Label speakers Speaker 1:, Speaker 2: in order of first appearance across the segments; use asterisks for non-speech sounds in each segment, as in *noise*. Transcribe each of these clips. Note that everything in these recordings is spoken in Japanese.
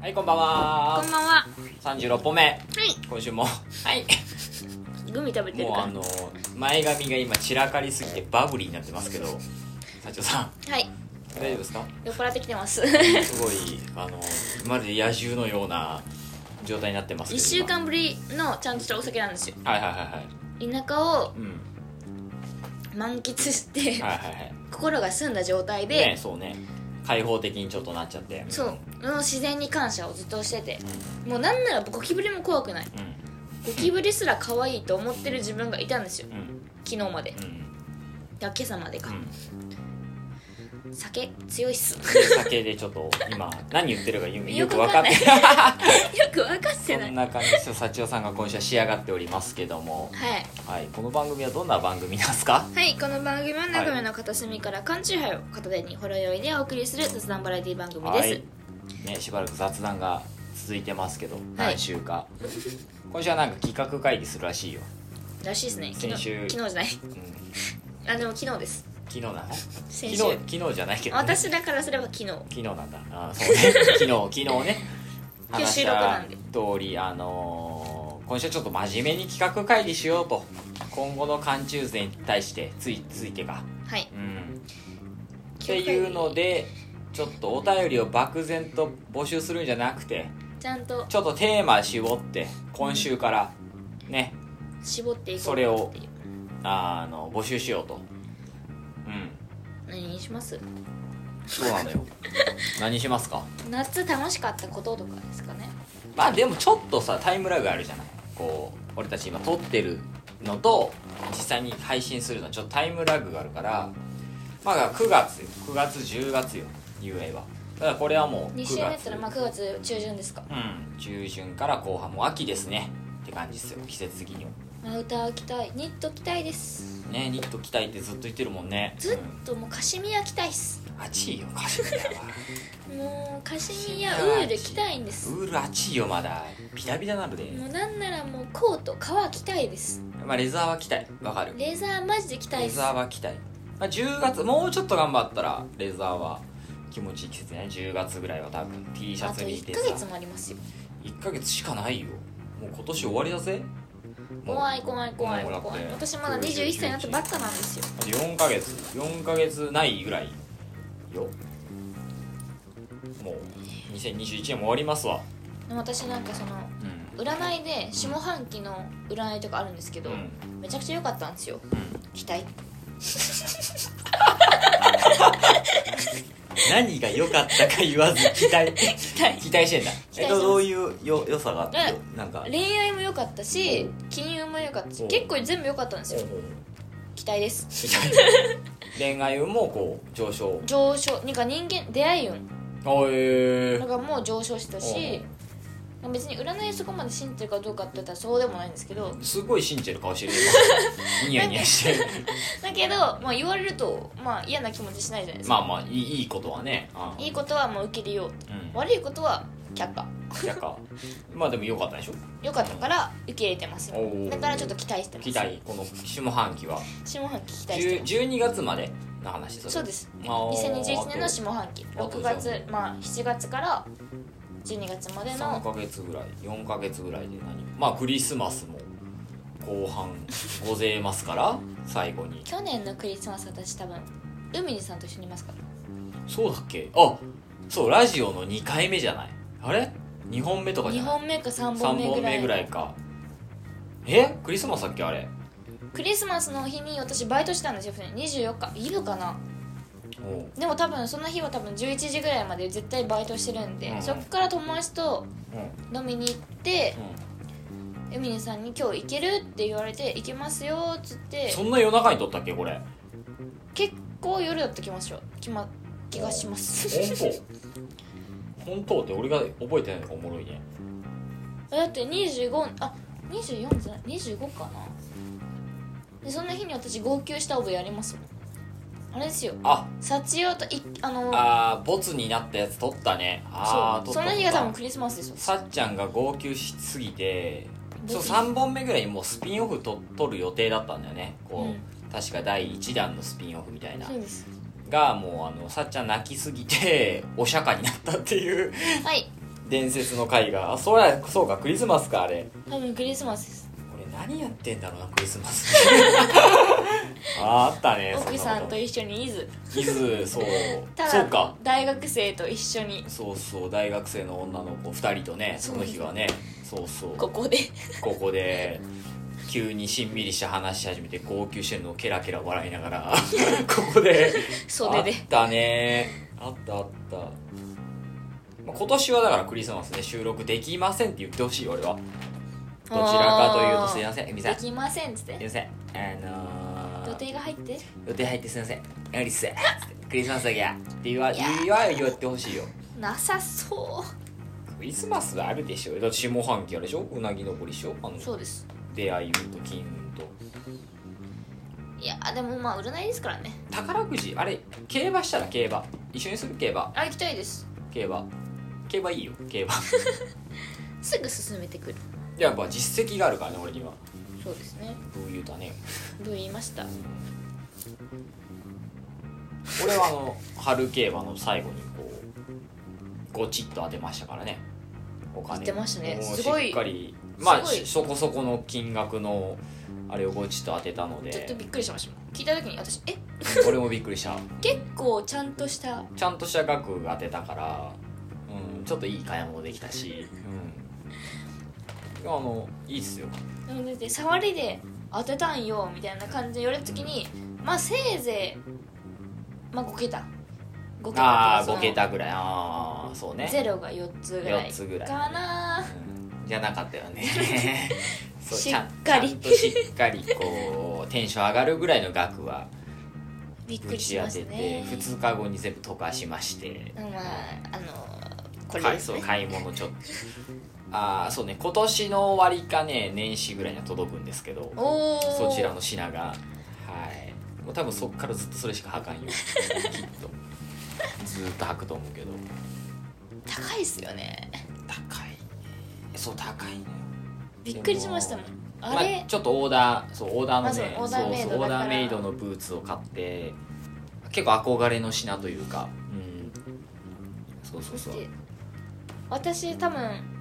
Speaker 1: はい、こんばんは
Speaker 2: こ。んばんは。は
Speaker 1: 三十六本目、今週も。はい。
Speaker 2: い。グミ食べてる
Speaker 1: もう
Speaker 2: か
Speaker 1: あ
Speaker 2: *laughs*
Speaker 1: の、前髪が今散らかりすぎて、バブリーになってますけど。社長さん、
Speaker 2: ら。はい。
Speaker 1: 大丈夫ですか。
Speaker 2: 酔っ払ってき
Speaker 1: *laughs*
Speaker 2: てます。
Speaker 1: すごい、あの、まるで野獣のような状態になってますけ
Speaker 2: 一
Speaker 1: ど。
Speaker 2: 週間ぶりのちゃんとしたお酒なんですよ。
Speaker 1: 今。はいはいはいはい。
Speaker 2: 田舎を
Speaker 1: うん。
Speaker 2: 満喫して、
Speaker 1: はいはいは
Speaker 2: *laughs*
Speaker 1: い。
Speaker 2: 心が澄んだ状態で、
Speaker 1: ね、そうね。開放的にちょっとなっちゃって。
Speaker 2: そう。の自然に感謝をずっとしてて、もうなんならゴキブリも怖くない。
Speaker 1: うん。
Speaker 2: ゴキブリすら可愛いと思ってる自分がいたんですよ
Speaker 1: う。ん。
Speaker 2: 昨日まで。い
Speaker 1: うん。うん。
Speaker 2: や、今朝までか
Speaker 1: う。
Speaker 2: *laughs*
Speaker 1: ん。
Speaker 2: 酒強いっす。 *laughs*
Speaker 1: 酒でちょっと、今、何言ってるか、よよく分かって。
Speaker 2: よく分かって
Speaker 1: *laughs* そ
Speaker 2: ない。
Speaker 1: ん
Speaker 2: は
Speaker 1: な感じで、社長さんが今週は仕上がっておりますけども。
Speaker 2: い。
Speaker 1: はい、この番組はどんな番組なんですか
Speaker 2: はい、この番組は中身の片隅から缶チューハイを片手にほろ酔いでお送りする雑談バラエティ番組です、
Speaker 1: はい、ね、しばらく雑談が続いてますけど、何週か今週はなんか企画会議するらしいよ、
Speaker 2: らしいですね昨
Speaker 1: 先週
Speaker 2: 日昨日じゃ
Speaker 1: うん、
Speaker 2: ない *laughs* あでも昨日です
Speaker 1: 昨日なの昨
Speaker 2: 先
Speaker 1: 日
Speaker 2: 週
Speaker 1: 昨日じゃないけど、ね、
Speaker 2: 私らからすれば昨日
Speaker 1: 昨日なんだあーそうね昨日 *laughs* 昨日ね
Speaker 2: 今日
Speaker 1: 話し
Speaker 2: 収録な
Speaker 1: た
Speaker 2: んで
Speaker 1: 通りあのー今週はちょっと真面目に企画会議しようと今後の寒中勢に対してついついてか
Speaker 2: はい
Speaker 1: うんって
Speaker 2: 企画会議
Speaker 1: いうのでちょっとお便りを漠然と募集するんじゃなくて
Speaker 2: ちゃんと
Speaker 1: ちょっとテーマ絞って今週からね
Speaker 2: 絞っていこう
Speaker 1: それを
Speaker 2: っていう
Speaker 1: あの募集しようとうん
Speaker 2: 何にします
Speaker 1: そうなの
Speaker 2: *laughs*
Speaker 1: よ何しますか
Speaker 2: 夏楽しかったこととかですかね
Speaker 1: まあでもちょっとさタイムラグあるじゃないこう俺たち今撮ってるのと実際に配信するのちょっとタイムラグがあるからまあ9月よ9月10月よ UA はだからこれはもう
Speaker 2: 2
Speaker 1: 9
Speaker 2: 週
Speaker 1: 月
Speaker 2: 目ったらまあ9月中旬ですか
Speaker 1: うん中旬から後半もう秋ですねって感じですよ季節的には
Speaker 2: アウター着たいニット着たいです
Speaker 1: ねニット着たいってずっと言ってるもんね
Speaker 2: ずっ
Speaker 1: うん
Speaker 2: ともうカシミヤ着たいっす
Speaker 1: 暑いよカシミヤは
Speaker 2: もうカシミヤウール着たいんです
Speaker 1: ウール暑いよまだビタビタなるで、
Speaker 2: もうなんならもうコート革着たいです
Speaker 1: まあ、レザーは着たいわかる
Speaker 2: レザーマジで着たい
Speaker 1: レ
Speaker 2: っす
Speaker 1: ザーは着たい、まあ、10月もうちょっと頑張ったらレザーは気持ちいい季節ね10月ぐらいは多分 T シャ
Speaker 2: あ
Speaker 1: ツ
Speaker 2: と
Speaker 1: にい
Speaker 2: 1
Speaker 1: て
Speaker 2: ヶ
Speaker 1: さ
Speaker 2: 月もありますよ
Speaker 1: 1ヶ月しかないよもう今年終わりだぜもう
Speaker 2: 怖い怖い怖い
Speaker 1: もうだって
Speaker 2: 怖い私まだ21歳になったばっかなんですよ
Speaker 1: あと4ヶ月4ヶ月ないぐらいよもう2021年も終わりますわ
Speaker 2: でも私なんかその
Speaker 1: うん
Speaker 2: 占いで下半期の占いとかあるんですけど、
Speaker 1: うん
Speaker 2: めちゃくちゃ良かったんですよ期待
Speaker 1: 何が良かったか言わず期待
Speaker 2: 期待
Speaker 1: 期待してんだ
Speaker 2: 期待してます
Speaker 1: えっとどういうよ良さがあって
Speaker 2: え
Speaker 1: なんか
Speaker 2: 恋愛も良かったし金融も良かった
Speaker 1: お
Speaker 2: し結構全部良かったんですよ期待です
Speaker 1: 期待恋愛運もこう上昇
Speaker 2: 上昇なんか人間出会い運
Speaker 1: あえ
Speaker 2: なんかもう上昇してたし別に占いそこまで信じてるかどうかって言ったらそうでもないんですけど
Speaker 1: すごい信じてる顔してるよ今ニヤニヤしてる
Speaker 2: だけど、まあ、言われると、まあ、嫌な気持ちしないじゃないですか、
Speaker 1: まあまあいいいいことはねあ
Speaker 2: いいことはもう受け入れよう
Speaker 1: うん
Speaker 2: 悪いことは却下
Speaker 1: やかまあでも良かったでしょ
Speaker 2: 良かったから受け入れてます
Speaker 1: おー
Speaker 2: だからちょっと期待してます
Speaker 1: 期待この下半期は
Speaker 2: 下半期期待して
Speaker 1: 10
Speaker 2: ま
Speaker 1: 12月までの話
Speaker 2: す
Speaker 1: そ
Speaker 2: そう
Speaker 1: れ
Speaker 2: です
Speaker 1: あー
Speaker 2: 2021年の
Speaker 1: あ
Speaker 2: 下半期
Speaker 1: あと
Speaker 2: 6月まあ7月から12月まで
Speaker 1: と3
Speaker 2: の
Speaker 1: ヶ月ぐらい4ヶ月ぐらいで何まあクリスマスも後半ごぜえますから最後に
Speaker 2: 去年のクリスマス私多分海にさんと一緒にいますから
Speaker 1: そうだっけあそうラジオの2回目じゃないあれ2本目とかじ
Speaker 2: 2
Speaker 1: ゃない
Speaker 2: 本目か3
Speaker 1: 3
Speaker 2: 本目ぐ
Speaker 1: 本
Speaker 2: ら
Speaker 1: 目
Speaker 2: い
Speaker 1: ぐらいかえクリスマスだっけあれ
Speaker 2: クリスマスの日に私バイトしてたんですよ24日いるかな
Speaker 1: おう
Speaker 2: でも多分その日は多分11時ぐらいまで絶対バイトしてるんで、
Speaker 1: うん
Speaker 2: そっから友達と
Speaker 1: うんうん
Speaker 2: 飲みに行ってエミネさんに「今日行ける?」って言われて「行けますよ」っつって
Speaker 1: そんな夜中に撮ったっけこれ
Speaker 2: 結構夜だった気ましょ気,、ま、気がします
Speaker 1: 本当本当って俺が覚えてないのがおもろいね
Speaker 2: *laughs* だって25あ24じゃない25かなでそんな日に私号泣した覚えありますもんあれですよ
Speaker 1: あ
Speaker 2: 幸代といあの
Speaker 1: あーボツになったやつ撮ったねああ
Speaker 2: そ
Speaker 1: 撮
Speaker 2: う
Speaker 1: った
Speaker 2: その
Speaker 1: 撮
Speaker 2: 日が
Speaker 1: った
Speaker 2: 多分クリスマスですよ
Speaker 1: さっちゃんが号泣しすぎて
Speaker 2: ボツ
Speaker 1: そう3本目ぐらいにもうスピンオフと撮る予定だったんだよねこう、
Speaker 2: うん
Speaker 1: 確か第1弾のスピンオフみたいな
Speaker 2: そうです
Speaker 1: がもうあのさっちゃん泣きすぎてお釈迦になったっていう *laughs*
Speaker 2: はい
Speaker 1: 伝説の絵画あそりゃそうかクリスマスかあれ
Speaker 2: 多分クリスマスです
Speaker 1: 俺何やってんだろうなクリスマス *laughs* あーあったねそ
Speaker 2: 奥
Speaker 1: なこと
Speaker 2: さんと一緒に伊豆
Speaker 1: 伊豆そう
Speaker 2: た
Speaker 1: そう
Speaker 2: だ
Speaker 1: か
Speaker 2: 大学生と一緒に
Speaker 1: そうそう大学生の女の子2人とねその日はねそうそう
Speaker 2: ここで
Speaker 1: ここで急にしんみりして話し始めて号泣してるのをケラケラ笑いなが
Speaker 2: *laughs*
Speaker 1: らここで
Speaker 2: 袖で
Speaker 1: あったねあったあった、まあ、今年はだからクリスマスね収録できませんって言ってほしい俺はどちらかというとすいませんえみさん
Speaker 2: ですきませんっつって
Speaker 1: いませんあのー
Speaker 2: 予定が入って
Speaker 1: 予定入ってすいません無理っす
Speaker 2: *laughs*
Speaker 1: つってクリスマスだけやって言わ言わ言ってほしいよ
Speaker 2: なさそ
Speaker 1: クリスマスはあるでしょだって下半期あれでしょうなぎ登りでしょあの
Speaker 2: うそうです
Speaker 1: 出会い運と金運と
Speaker 2: いやでもまあ占いですからね
Speaker 1: 宝くじあれ競馬したら競馬一緒にする競馬
Speaker 2: あ行きたいです
Speaker 1: 競馬競馬いいよ競馬 *laughs*
Speaker 2: すぐ進めてくる
Speaker 1: やっぱ実績があるからね俺には
Speaker 2: そうですね
Speaker 1: どう言うたね
Speaker 2: どう言いました
Speaker 1: 俺はあの春競馬の最後にこうゴチッと当てましたからねお金
Speaker 2: 当てましたね
Speaker 1: もう
Speaker 2: すごい
Speaker 1: しっかりまあ
Speaker 2: すごい
Speaker 1: そこそこの金額のあれをゴチッと当てたの
Speaker 2: ちょっ
Speaker 1: で
Speaker 2: とびっくりしました聞いた時に私え
Speaker 1: 俺もびっくりした
Speaker 2: 結構ちゃんとした
Speaker 1: ちゃんとした額が出たから、うん、ちょっといい買い物できたし、うん、あのいいっすよ
Speaker 2: なので触りで当てたんよみたいな感じで言われた時にまあせいぜいまあ5桁5
Speaker 1: ああ
Speaker 2: っていうかその
Speaker 1: 5桁ぐらいああそうね
Speaker 2: ゼロが4つぐらい
Speaker 1: 4つぐらい
Speaker 2: かな
Speaker 1: うんじゃなかったよ
Speaker 2: *laughs*
Speaker 1: ねそう
Speaker 2: しっ
Speaker 1: ちゃん
Speaker 2: かり
Speaker 1: ちゃんとしっかりこうテンション上がるぐらいの額は
Speaker 2: びっく
Speaker 1: 打
Speaker 2: りし
Speaker 1: ち
Speaker 2: ま
Speaker 1: 当
Speaker 2: してた
Speaker 1: て
Speaker 2: ね
Speaker 1: 2日後に全部溶かしまして
Speaker 2: まああのこれ
Speaker 1: 買
Speaker 2: で
Speaker 1: い
Speaker 2: す
Speaker 1: そう
Speaker 2: ね
Speaker 1: 買い物ちょっとああそうね今年の終わりかね年始ぐらいには届くんですけど
Speaker 2: おお
Speaker 1: そちらの品がはいもう多分そっからずっとそれしか履かんよきっとずっと履くと思うけど
Speaker 2: 高いっすよね
Speaker 1: 高いねそう高いね
Speaker 2: びっくりしましたもん
Speaker 1: ま
Speaker 2: あ
Speaker 1: あ
Speaker 2: れ、
Speaker 1: ちょっとオーダーそうオーダーのね
Speaker 2: まずオーダーメイド
Speaker 1: そうそうオ
Speaker 2: だ
Speaker 1: ー
Speaker 2: から
Speaker 1: ダーメイドのブーツを買って結構憧れの品というかうんそうそう
Speaker 2: そ
Speaker 1: そ
Speaker 2: し
Speaker 1: う
Speaker 2: て私多分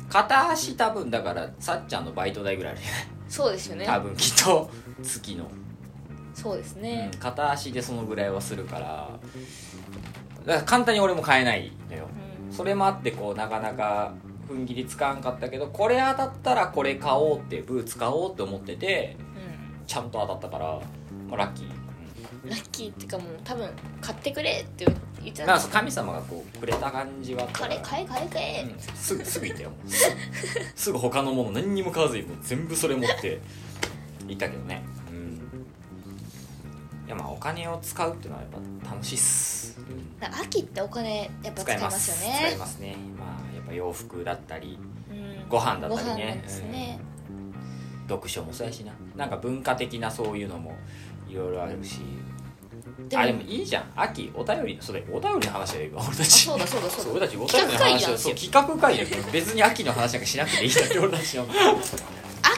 Speaker 1: 片足多分だからさっちゃんのバイト代ぐらいあるよね
Speaker 2: そうですよね
Speaker 1: 多分きっと月の
Speaker 2: そうです
Speaker 1: うん
Speaker 2: ね、
Speaker 1: 片足でそのぐらいはするからだから簡単に俺も買えないのよ
Speaker 2: うん
Speaker 1: それもあってこうなかなか踏ん切りつかんかったけどこれ当たったらこれ買おうってブーツ買おうって思ってて
Speaker 2: うん
Speaker 1: ちゃんと当たったから、まあ、ラッキー、
Speaker 2: ラッキーっていうかもう多分買ってくれって言って
Speaker 1: うん、
Speaker 2: た
Speaker 1: なんんか
Speaker 2: です
Speaker 1: 神様がこうくれた感じはあった
Speaker 2: こ
Speaker 1: から
Speaker 2: れ買え買え買え、
Speaker 1: うんすぐすぐ行ったよもうすぐすぐ他のもの何にも買わずにもう全部それ持って行ったけどねうんいやまあお金を使うっていうのはやっぱ楽しいっす、うん
Speaker 2: なんか秋ってお金やっぱ使いますよね
Speaker 1: 使いますねまあやっぱ洋服だったり
Speaker 2: うん
Speaker 1: ご飯だ
Speaker 2: ご
Speaker 1: ったり
Speaker 2: 飯
Speaker 1: ね
Speaker 2: ですね、
Speaker 1: うん読書もそうやしななんか文化的なそういうのもいろいろあるし
Speaker 2: でも
Speaker 1: あでもいいじゃん秋お便りのそれお便りの話だよ今俺た
Speaker 2: あ
Speaker 1: ち
Speaker 2: そうだそうだ
Speaker 1: そう
Speaker 2: そう
Speaker 1: 俺
Speaker 2: だ
Speaker 1: たちお便りの話をそう企画会だよ別に秋の話なんかしなくていいだけ俺たちの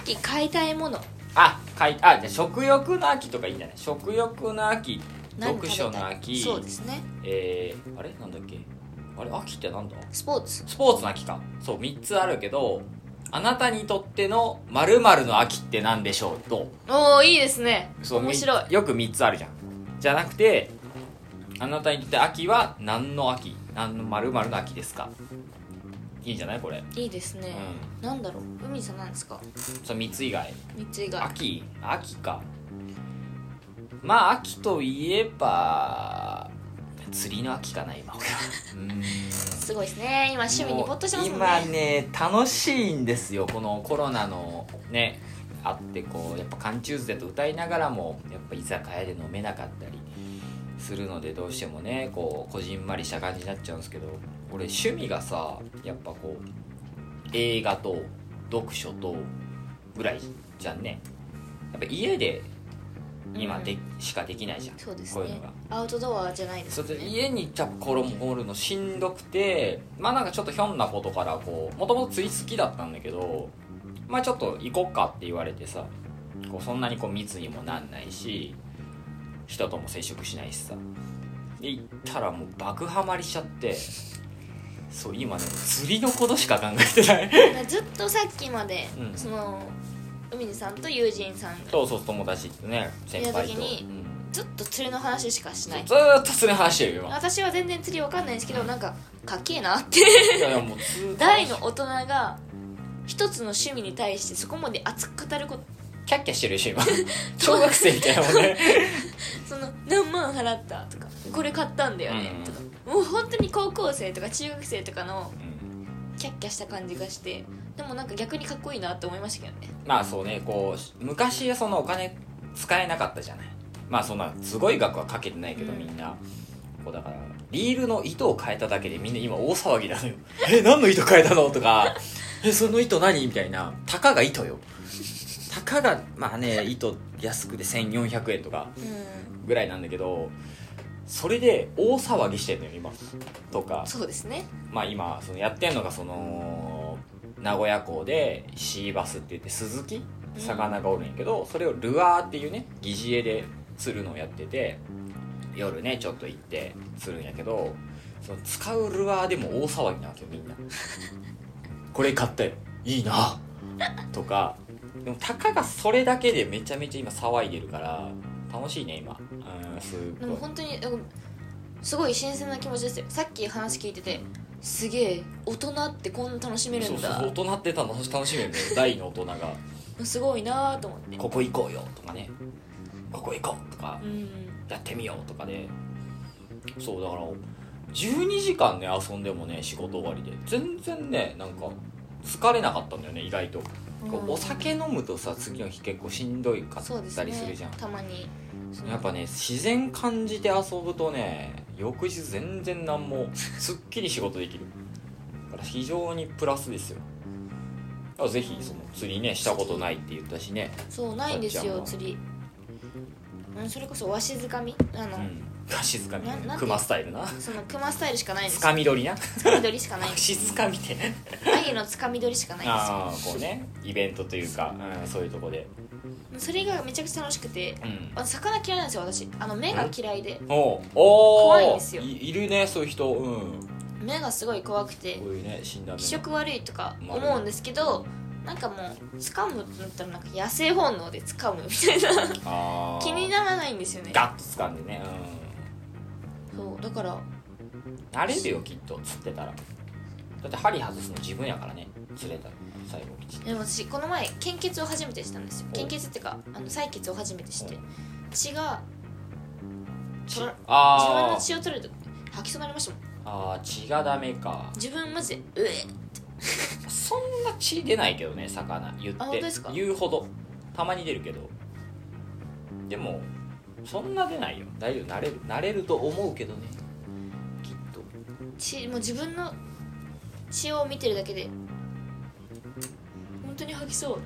Speaker 2: 秋買いたいもの
Speaker 1: あかいあじゃあ食欲の秋とかいいんじゃない食欲の秋
Speaker 2: 何食べ
Speaker 1: 読
Speaker 2: たい
Speaker 1: 書の秋
Speaker 2: そうですね
Speaker 1: えー、あれなんだっけあれ秋ってなんだ
Speaker 2: スポーツ
Speaker 1: スポーツの秋かそう3つあるけどあなたにとっての〇〇の秋って何でしょうと
Speaker 2: おおいいですね
Speaker 1: そう
Speaker 2: 面白い
Speaker 1: みよく3つあるじゃんじゃなくてあなたにとって秋は何の秋何の〇〇の秋ですかいいんじゃないこれ
Speaker 2: いいですね、なんだろう海さんなんですか
Speaker 1: そう3つ以外
Speaker 2: 三つ以外
Speaker 1: 秋秋かまあ秋といえば釣りの秋かな
Speaker 2: *laughs*
Speaker 1: 今俺はうん
Speaker 2: すごいですね今趣味に没頭してますもん
Speaker 1: 今
Speaker 2: ね
Speaker 1: ね楽しいんですよこのコロナのねあってこうやっぱ「缶チューズデー」と歌いながらもやっぱ居酒屋で飲めなかったりするのでどうしてもねこうこじんまりした感じになっちゃうんですけど俺趣味がさやっぱこう映画と読書とぐらいじゃんねやっぱ家で今で、しかできないじゃん
Speaker 2: そうです
Speaker 1: こういう
Speaker 2: ね
Speaker 1: のが
Speaker 2: アウトドアじゃないで
Speaker 1: そ
Speaker 2: すよ
Speaker 1: れで
Speaker 2: ね
Speaker 1: 家にちゃっころもるのしんどくてまあなんかちょっとひょんなことからこうもともと釣り好きだったんだけどまあちょっと行こっかって言われてさこうそんなにこう密にもなんないし人とも接触しないしさで行ったらもう爆ハマりしちゃってそう今ね釣りのことしか考えてない
Speaker 2: だからずっとさっきまで、
Speaker 1: うん
Speaker 2: その海野さんと友人さんが
Speaker 1: そうそう友達とね先輩と、
Speaker 2: いや
Speaker 1: う
Speaker 2: 時に
Speaker 1: ん、
Speaker 2: ずっと釣りの話しかしない
Speaker 1: ずーっと釣りの話してるよ
Speaker 2: *laughs*
Speaker 1: 今
Speaker 2: 私は全然釣りわかんないんですけどなんかかっけえなって
Speaker 1: いやいやもうずーっと
Speaker 2: 大の大人が一つの趣味に対してそこまで熱く語ること
Speaker 1: キャッキャしてるでしょ
Speaker 2: *laughs*
Speaker 1: 今小学生みたいなもんね
Speaker 2: その何万払ったとかこれ買ったんだよね
Speaker 1: うん
Speaker 2: とかもう本当に高校生とか中学生とかの
Speaker 1: うん
Speaker 2: キャッキャした感じがしてでもなんか逆にかっこいいなって思いましたけどね
Speaker 1: まあそうねこう昔はそのお金使えなかったじゃないまあそんなすごい額はかけてないけど
Speaker 2: うん
Speaker 1: みんな、こうだからリールの糸を変えただけでみんな今大騒ぎなのよ *laughs* え何の糸変えたのとか *laughs* えその糸何みたいなたかが糸よたかがまあね糸安くて1400円とか
Speaker 2: うん
Speaker 1: ぐらいなんだけどそれで大騒ぎしてんのよ今とか
Speaker 2: そうですね
Speaker 1: まあ今そのやってんのがその名古屋港でシーバスって言って鈴木魚がおるんやけど、それをルアーっていうね疑似餌で釣るのをやってて夜ねちょっと行って釣るんやけどその使うルアーでも大騒ぎなわけよみ
Speaker 2: *laughs*
Speaker 1: んなこれ買ったよいいなとかでもたかがそれだけでめちゃめちゃ今騒いでるから楽しいね今うんす
Speaker 2: で
Speaker 1: ご
Speaker 2: も
Speaker 1: い
Speaker 2: 本当になんかすごい新鮮な気持ちですよさっき話聞いててすげえ大人ってこんな楽しめる
Speaker 1: そうんそう
Speaker 2: だ
Speaker 1: 大人って楽し楽しめるんだよ大の大人が。
Speaker 2: すごいなーと思って
Speaker 1: ここ行こうよとかねここ行こうとか
Speaker 2: うん
Speaker 1: やってみようとかでそうだから12時間ね遊んでもね仕事終わりで全然ねなんか疲れなかったんだよね意外と、こう
Speaker 2: うん
Speaker 1: お酒飲むとさ次の日結構しんどいかっ
Speaker 2: そうです
Speaker 1: たりする
Speaker 2: ね
Speaker 1: じゃん、
Speaker 2: たまに
Speaker 1: やっぱね自然感じて遊ぶとね翌日全然何もすっきり仕事できるだから非常にプラスですよだからぜひその釣りねしたことないって言ったしね
Speaker 2: そうないんです
Speaker 1: あっちゃん
Speaker 2: よ
Speaker 1: は
Speaker 2: 釣り、うん、それこそわしづかみあの、
Speaker 1: うん、静かみ
Speaker 2: ななんて
Speaker 1: 熊スタイルな
Speaker 2: その熊スタイルしかないんで
Speaker 1: つ
Speaker 2: すよ
Speaker 1: かみ取りな
Speaker 2: つかみ取りし
Speaker 1: *laughs*
Speaker 2: かないんです
Speaker 1: 静かみて
Speaker 2: 鮎のつかみ取りしかないんですよ
Speaker 1: ああこうねイベントというか、うん、そういうとこで
Speaker 2: それがめちゃくちゃ楽しくて
Speaker 1: うん
Speaker 2: あ魚嫌いなんですよ私あの目が嫌いで
Speaker 1: おうお
Speaker 2: 怖いんですよ
Speaker 1: いいるねそういう人うんこ
Speaker 2: 目がすごい怖くて
Speaker 1: ういうね死んだ目
Speaker 2: 気色悪いとか思うんですけどなんかもう掴むってなったらなんか野生本能で掴むみたいな
Speaker 1: あー
Speaker 2: 気にならないんですよね
Speaker 1: ガッと掴んでね
Speaker 2: そうだから
Speaker 1: うん慣れるよきっと釣ってたらだって針外すの自分やからね釣れたら最後きちんと
Speaker 2: でも私この前献血を初めてしたんですよ献血っていうかあの採血を初めてして
Speaker 1: うん
Speaker 2: 血が取ら自分
Speaker 1: あ
Speaker 2: の
Speaker 1: ー
Speaker 2: 血を取ると吐きそうになりましたもん
Speaker 1: あー血がダメか
Speaker 2: 自分マジでうえ
Speaker 1: そんな血出ないけどね魚言っ
Speaker 2: あ本
Speaker 1: て
Speaker 2: 当ですか
Speaker 1: 言うほどたまに出るけどでもそんな出ないよ大丈夫慣れる慣れると思うけどねきっと
Speaker 2: 血もう自分の血を見てるだけで本当に吐きそう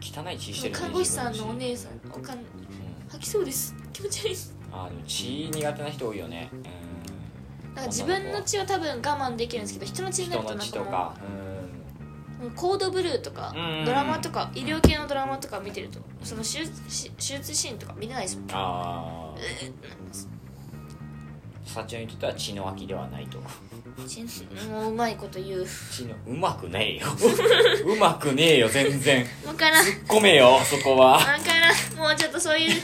Speaker 1: 汚い血してるよね
Speaker 2: 看護師さんのお
Speaker 1: 自分
Speaker 2: 姉さんおか
Speaker 1: 血う
Speaker 2: ん
Speaker 1: ん
Speaker 2: 吐きそうです気持ち悪いです
Speaker 1: あーでも血苦手な人多いよねうん
Speaker 2: なんか自分の血は多分我慢できるんですけど人の血にな
Speaker 1: 人
Speaker 2: ると
Speaker 1: の
Speaker 2: なん
Speaker 1: 血
Speaker 2: か
Speaker 1: と
Speaker 2: も
Speaker 1: か
Speaker 2: うもうコードブルーとか
Speaker 1: うん
Speaker 2: ドラマとか医療系のドラマとか見てるとその手術し手術シーンとか見れないですもん
Speaker 1: うんああ社長にとっては血の秋ではない
Speaker 2: *laughs*
Speaker 1: と
Speaker 2: 血もううまいこと言う
Speaker 1: 血のうまくねえようまくねえよ全然
Speaker 2: 分からん
Speaker 1: ごめんよそこは
Speaker 2: 分からんもうちょっとそういう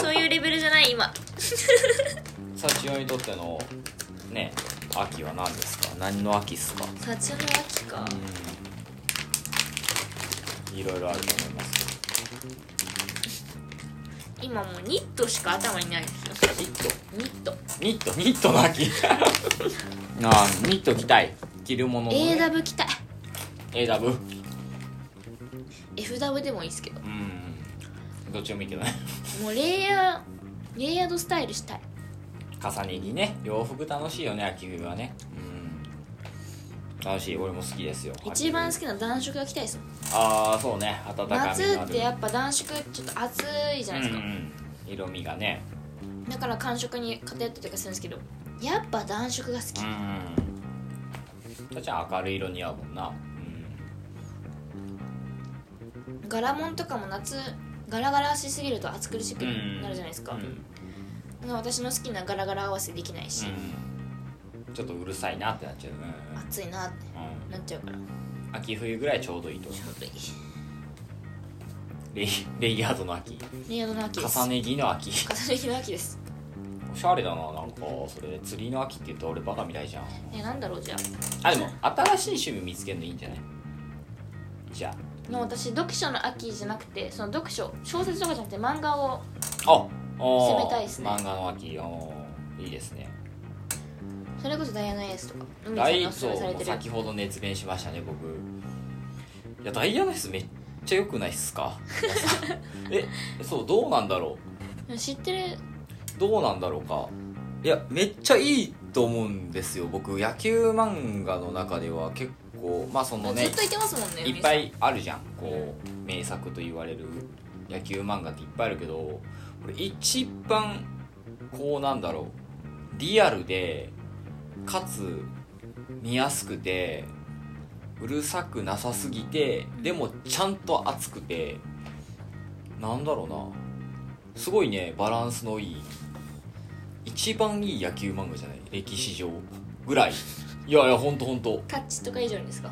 Speaker 2: そういうレベルじゃない今
Speaker 1: サチオにとってのね秋は何ですか何の秋っすか
Speaker 2: 幸の秋か
Speaker 1: いろいろあると思います
Speaker 2: 今もうニットしか頭にないですよ
Speaker 1: ニット
Speaker 2: ニット
Speaker 1: ニットニットの秋なあニット着たい着るものの、ね、
Speaker 2: AW 着たい
Speaker 1: AW
Speaker 2: FW でもいいですけど
Speaker 1: うんどっちもいいけどね
Speaker 2: もうレイヤーレイヤードスタイルしたい
Speaker 1: 重ね着ね洋服楽しいよね秋冬はねうん楽しい俺も好きですよ
Speaker 2: 一番好きな暖色が着たいですもん
Speaker 1: ああそうね暖かみのある
Speaker 2: 夏ってやっぱ暖色ちょっと暑いじゃないです
Speaker 1: うん、う
Speaker 2: か
Speaker 1: ん、色味がね
Speaker 2: だから寒色に偏ったりとかするんですけどやっぱ暖色が好き、
Speaker 1: うんたちゃん明るい色似合うもんな
Speaker 2: 柄物とかも夏ガラガラしすぎると暑苦しく
Speaker 1: うん、
Speaker 2: なるじゃないですか、
Speaker 1: うん
Speaker 2: だから私の好きなガラガラ合わせできないし、
Speaker 1: うんちょっとうるさいなってなっちゃう
Speaker 2: 暑いなって
Speaker 1: うん、う
Speaker 2: なっちゃうから
Speaker 1: ん、秋冬ぐらいちょうどいいと思
Speaker 2: ちょうどい
Speaker 1: うレイ
Speaker 2: い
Speaker 1: レイヤードの秋
Speaker 2: レイヤードの秋です
Speaker 1: 重ね着の秋
Speaker 2: 重ね着の秋です
Speaker 1: おしゃれだななんかそれ釣りの秋って言ったら俺バカみたいじゃん
Speaker 2: えなんだろうじゃ
Speaker 1: あでも新しい趣味見つけるのいいんじゃないじゃ
Speaker 2: あの私読書の秋じゃなくてその読書小説とかじゃなくて漫画を
Speaker 1: ああ攻
Speaker 2: 攻めたいですね
Speaker 1: 漫画の秋おーいいですね
Speaker 2: それこそダイアナエースとか海
Speaker 1: ダ
Speaker 2: さん
Speaker 1: イ
Speaker 2: がおすす
Speaker 1: そ
Speaker 2: めされ
Speaker 1: う
Speaker 2: てる
Speaker 1: 先ほど熱弁しましたね僕いやダイヤのやつめっちゃ良くないっす
Speaker 2: *laughs*
Speaker 1: かえそうどうなんだろ
Speaker 2: 知ってる
Speaker 1: うどうなんだろうかいやめっちゃいいと思うんですよ僕野球漫画の中では結構まあそのね
Speaker 2: ずっといてますもんね
Speaker 1: いっぱいあるじゃんこう名作と言われる野球漫画っていっぱいあるけどこれ一番こうなんだろうリアルでかつ見やすくてうるさくなさすぎてでもちゃんと熱くてなんだろうなすごいねバランスのいい一番いい野球漫画じゃない歴史上ぐらいいやいやほんとほんと
Speaker 2: タッチとか以上にですか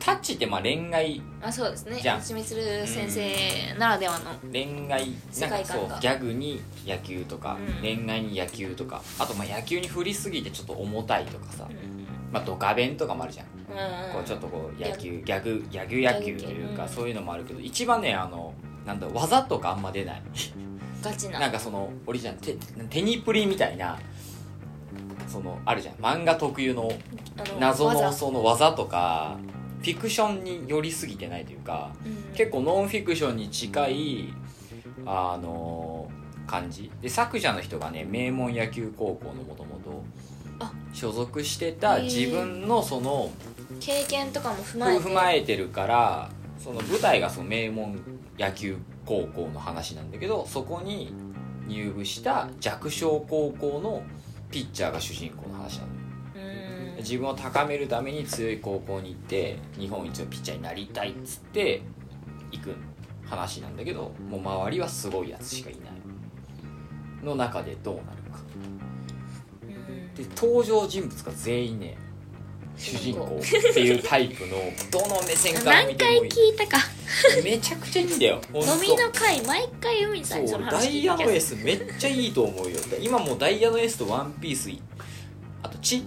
Speaker 1: タッチってまあ恋愛
Speaker 2: あそうですね
Speaker 1: じゃあ
Speaker 2: 八みつる先生ならではの
Speaker 1: 恋愛な
Speaker 2: 世
Speaker 1: んか
Speaker 2: 界観
Speaker 1: そう
Speaker 2: が
Speaker 1: ギャグに野球とか、
Speaker 2: うん
Speaker 1: 恋愛に野球とかあとまあ野球に振りすぎてちょっと重たいとかさ
Speaker 2: う、ん
Speaker 1: まあ、ドカ弁とかもあるじゃん、
Speaker 2: うん
Speaker 1: こうちょっとこう野球ギャグギャグ野
Speaker 2: ギャグ
Speaker 1: 球という
Speaker 2: う
Speaker 1: か
Speaker 2: ん
Speaker 1: そういうのもあるけど一番ねあのなんだろう技とかあんま出
Speaker 2: *laughs*
Speaker 1: ない
Speaker 2: ガチな
Speaker 1: なんかそのオリジナル手手にプリみたいなそのあるじゃん漫画特有の
Speaker 2: あの
Speaker 1: 謎の
Speaker 2: 技
Speaker 1: その技とかフィクションに寄りすぎてないというか
Speaker 2: うん
Speaker 1: 結構ノンフィクションに近いあの感じで作者の人がね名門野球高校のもともと
Speaker 2: あ
Speaker 1: 所属してた
Speaker 2: へー
Speaker 1: 自分のその
Speaker 2: 経験とかも踏まえて
Speaker 1: 踏まえてるからその舞台がその名門野球高校の話なんだけどそこに入部した弱小高校のピッチャーが主人公の話なの
Speaker 2: うん
Speaker 1: 自分を高めるために強い高校に行って日本一のピッチャーになりたいっつって行く話なんだけどもう周りはすごいやつしかいないの中でどうなるか
Speaker 2: うん
Speaker 1: で登場人物が全員ね主人公っていうタイプ
Speaker 2: *laughs*
Speaker 1: のどの目線から見
Speaker 2: 何
Speaker 1: て
Speaker 2: 回
Speaker 1: もいい
Speaker 2: 聞いたか
Speaker 1: めちゃくちゃいいんだよほんと
Speaker 2: 飲みの会毎回海さ
Speaker 1: そ
Speaker 2: んにそうの
Speaker 1: ダ
Speaker 2: 話聞
Speaker 1: イ
Speaker 2: いて
Speaker 1: ヤの
Speaker 2: る気
Speaker 1: エ
Speaker 2: が
Speaker 1: ースめっちゃいいと思うよ今もうダイヤのエースとワンピースあとチ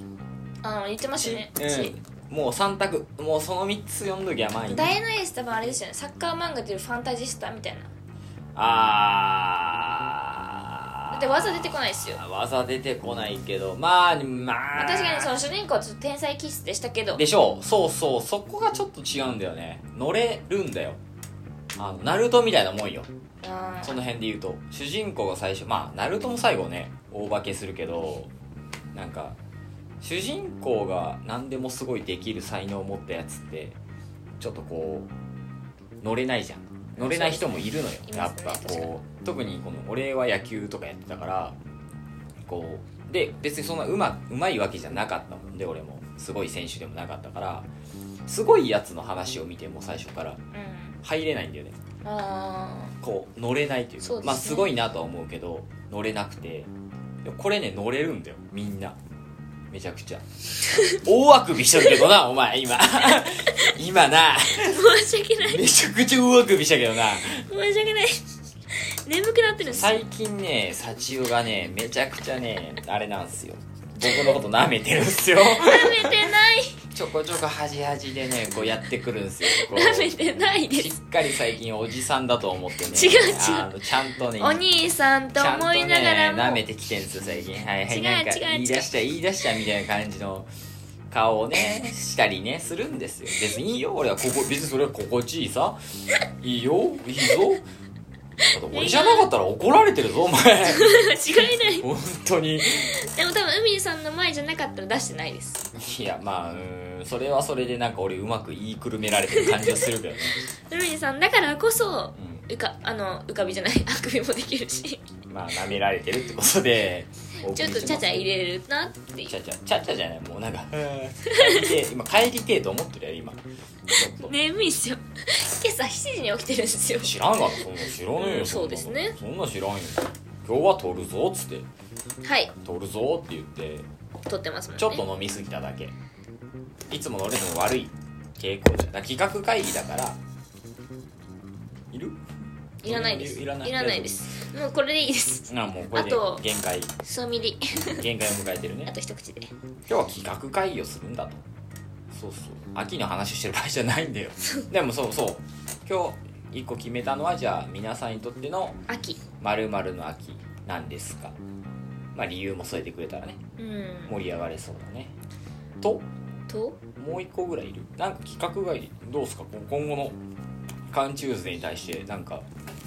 Speaker 2: あの言ってましたね
Speaker 1: チ、うん、もう3択もうその3つ読んどきゃまあいい
Speaker 2: ダイアナエース多分あれですよねサッカー漫画でいうファンタジスタみたいな
Speaker 1: あ
Speaker 2: だ
Speaker 1: ー
Speaker 2: って技出てこないですよ
Speaker 1: 技出てこないけどまあまあ
Speaker 2: 確かにその主人公はちょっと天才気質でしたけど
Speaker 1: でしょうそうそうそこがちょっと違うんだよね乗れるんだよあのナルトみたいなもんよ
Speaker 2: あー
Speaker 1: その辺で言うと主人公が最初まあナルトも最後ね大化けするけどなんか主人公が何でもすごいできる才能を持ったやつってちょっとこう乗れないじゃん乗れない人もいるのよ、
Speaker 2: い
Speaker 1: や
Speaker 2: ま
Speaker 1: っ
Speaker 2: すね
Speaker 1: ぱ
Speaker 2: 確か
Speaker 1: こう特にこの俺は野球とかやってたからこうで別にそんなうまうまいわけじゃなかったもんで俺もすごい選手でもなかったからすごいやつの話を見ても最初から
Speaker 2: うん
Speaker 1: 入れないんだよね
Speaker 2: あ
Speaker 1: こう乗れないというか
Speaker 2: そうですね
Speaker 1: まあすごいなとは思うけど乗れなくてでもこれね乗れるんだよみんなめちゃ
Speaker 2: *laughs*
Speaker 1: くちゃ大あくびしてるけどなお前今 *laughs* 今な
Speaker 2: ー申し訳ない
Speaker 1: めちゃくちゃ大あくびしたけどな
Speaker 2: 申し訳ない *laughs* 眠くなってるんです
Speaker 1: 最近ね幸代がねめちゃくちゃねあれなんすよ僕のこと舐めてるんす
Speaker 2: *laughs*
Speaker 1: よ
Speaker 2: 舐めてない
Speaker 1: *laughs* ちょこちょこ端々でねこうやってくるんすよこう
Speaker 2: 舐めてないで
Speaker 1: しっ
Speaker 2: す
Speaker 1: かり最近おじさんだと思ってね
Speaker 2: 違う違う
Speaker 1: あのちゃんとね
Speaker 2: お兄さんと
Speaker 1: ちゃんと
Speaker 2: 思いながら
Speaker 1: ね、舐
Speaker 2: も、
Speaker 1: めてきてんすよ最近はいは
Speaker 2: 違
Speaker 1: いうなんか
Speaker 2: 違う
Speaker 1: 言い出した言い出したみたいな感じの顔をねしたりねするんですよ別にいいよ俺はここ別にそれは心地いいさいいよいいぞあと俺じゃなかったら怒られてるぞお前
Speaker 2: 違いない
Speaker 1: 本当に
Speaker 2: でも多分海さんの前じゃなかったら出してないです
Speaker 1: いやまあうーんそれはそれでなんか俺うまく言いくるめられてる感じがするけどね、
Speaker 2: 海さんだからこそ
Speaker 1: う
Speaker 2: うかあの浮かびじゃない *laughs* あくびもできるし
Speaker 1: ん、まあ舐められてるってことで
Speaker 2: ちょっとちゃちゃ入
Speaker 1: れ
Speaker 2: れれるなっていう
Speaker 1: ちゃちゃちゃちゃじゃないもうなんか帰りてえ今帰りてえと思ってるよ今ちょっと
Speaker 2: 眠いっすよ今朝7時に起きてるんですよ
Speaker 1: 知らんがなそんな知らねえ
Speaker 2: う
Speaker 1: よ
Speaker 2: ん
Speaker 1: そんなの
Speaker 2: そうですね
Speaker 1: そんな知らんよ今日は撮るぞっつって
Speaker 2: はい
Speaker 1: 撮るぞって言って
Speaker 2: 撮ってますもんね
Speaker 1: ちょっと飲みすぎただけいつもの俺の悪い傾向じゃんだから企画会議だからいる
Speaker 2: いらないです
Speaker 1: いらない
Speaker 2: ですもうこれでいいです
Speaker 1: なあもうこれで
Speaker 2: あと
Speaker 1: 限界
Speaker 2: 数ミリ
Speaker 1: 限界を迎えてるね
Speaker 2: あと一口で
Speaker 1: 今日は企画会議をするんだとそうそう秋の話してる場合じゃないんだよでもそうそう今日一個決めたのはじゃあ皆さんにとっての
Speaker 2: 秋
Speaker 1: 〇〇の秋なんですかまあ理由も添えてくれたらね
Speaker 2: うん
Speaker 1: 盛り上がれそうだねと
Speaker 2: と
Speaker 1: もう一個ぐらいいるなんか企画外どうですかこう今後の缶チューズデーに対してなんか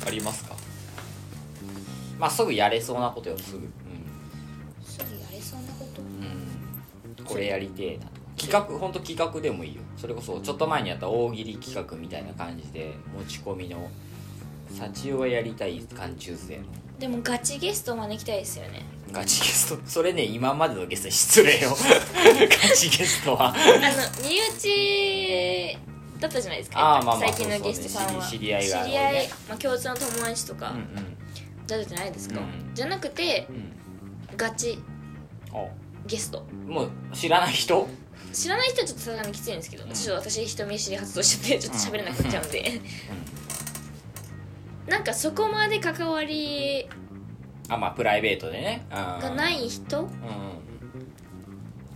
Speaker 1: ありますかまあすぐやれそうなことよすぐう
Speaker 2: すぐやれそうなこと
Speaker 1: ん、うん、これやりてえなとか企画ほんと企画でもいいよそれこそちょっと前にやった大喜利企画みたいな感じで持ち込みの幸代がやりたい缶チューズデーの
Speaker 2: でもガチゲストを招きたいですよね
Speaker 1: ガチゲストそれね今までのゲストに失礼 *laughs* よガチゲストは
Speaker 2: あの身内だったじゃないですか
Speaker 1: あーまあまあ
Speaker 2: 最近のゲストさんは
Speaker 1: そうそうね知り知り合いが多い
Speaker 2: 知
Speaker 1: ね
Speaker 2: り合いまあ、共通の友達と
Speaker 1: う
Speaker 2: か、
Speaker 1: ん
Speaker 2: だったじゃないですか、
Speaker 1: うん
Speaker 2: じゃなくて
Speaker 1: うんうん
Speaker 2: ガチ
Speaker 1: あ
Speaker 2: ゲスト
Speaker 1: もう知らない人
Speaker 2: 知らない人はちょっとさすがにきついんですけど、
Speaker 1: うん
Speaker 2: ちょっと私人見知り発動しちゃってちょっと喋れなくなっちゃうんで、 *laughs* なんかそこまで関わり
Speaker 1: あまあプライベートでねが
Speaker 2: がない人
Speaker 1: うんうん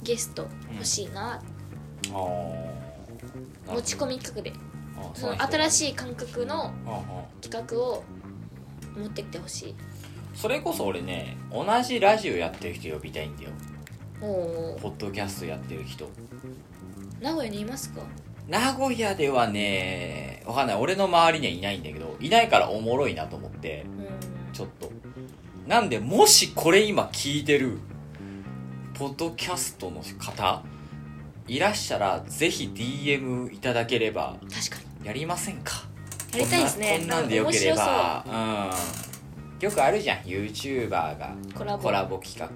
Speaker 2: ゲスト欲しいな、
Speaker 1: あー
Speaker 2: 持ち込み企画で
Speaker 1: あ
Speaker 2: その
Speaker 1: う
Speaker 2: 新
Speaker 1: い
Speaker 2: しい感覚の
Speaker 1: 人ああ
Speaker 2: 企画を持ってきてほしい
Speaker 1: それこそ俺ね同じラジオやってる人呼びたいんだよ
Speaker 2: おー
Speaker 1: ポッドキャストやってる人
Speaker 2: 名古屋にいますか
Speaker 1: 名古屋ではねわかんない俺の周りにはいないんだけどいないからおもろいなと思って
Speaker 2: うん
Speaker 1: ちょっとなんでもしこれ今聞いてるポッドキャストの方いらっしゃらぜひ DM いただければ
Speaker 2: 確か
Speaker 1: やりませんか
Speaker 2: にやりたいですね
Speaker 1: こんなこんなんでよければうんよくあるじゃん YouTuber が
Speaker 2: コラボ
Speaker 1: コラボ企画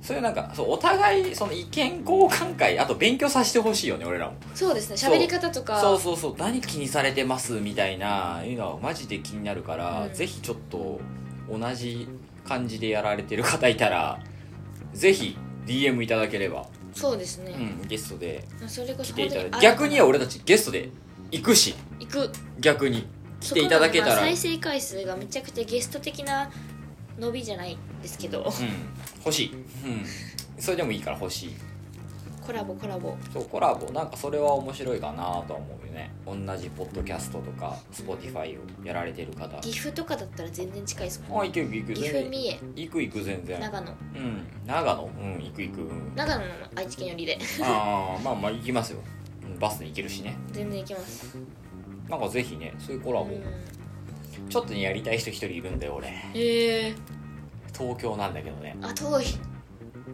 Speaker 1: そういうなんかそうお互いその意見交換会あと勉強させてほしいよね俺らも
Speaker 2: そうですね
Speaker 1: そう
Speaker 2: 喋り方とか
Speaker 1: そうそうそう何気にされてますみたいないうのはマジで気になるから、
Speaker 2: うん
Speaker 1: ぜひちょっと同じ感じでやられてる方いたらぜひ DM いただければ、
Speaker 2: そうですね
Speaker 1: う、ん、ゲストで
Speaker 2: まあそれこ
Speaker 1: 来
Speaker 2: そ
Speaker 1: ていただいて
Speaker 2: 本当
Speaker 1: 逆に俺たちゲストで行くし
Speaker 2: 行く
Speaker 1: 逆に来ていただけた
Speaker 2: そこ
Speaker 1: ら
Speaker 2: までまあ再生回数がめちゃくちゃゲスト的な伸びじゃないですけど
Speaker 1: うん、欲しい、うん、それでもいいから欲しい
Speaker 2: コラボコラボ
Speaker 1: そうコラボなんかそれは面白いかなとは思うよね同じポッドキャストとか Spotify をやられてる方
Speaker 2: 岐阜とかだったら全然近いですもん
Speaker 1: あ行く行く行く
Speaker 2: 岐阜
Speaker 1: 全然
Speaker 2: 三重
Speaker 1: 行く行く全然
Speaker 2: 長野
Speaker 1: うん長野うん行く
Speaker 2: *laughs*
Speaker 1: 行く、うん、
Speaker 2: 長野の愛知県寄りで
Speaker 1: ああまあまあ行きますようんバスで行けるしね
Speaker 2: 全然行きます
Speaker 1: なんかぜひねそういうコラボ、
Speaker 2: うん
Speaker 1: ちょっとねやりたい人一人いるんだよ俺
Speaker 2: へえ
Speaker 1: 東京なんだけどね
Speaker 2: あ遠い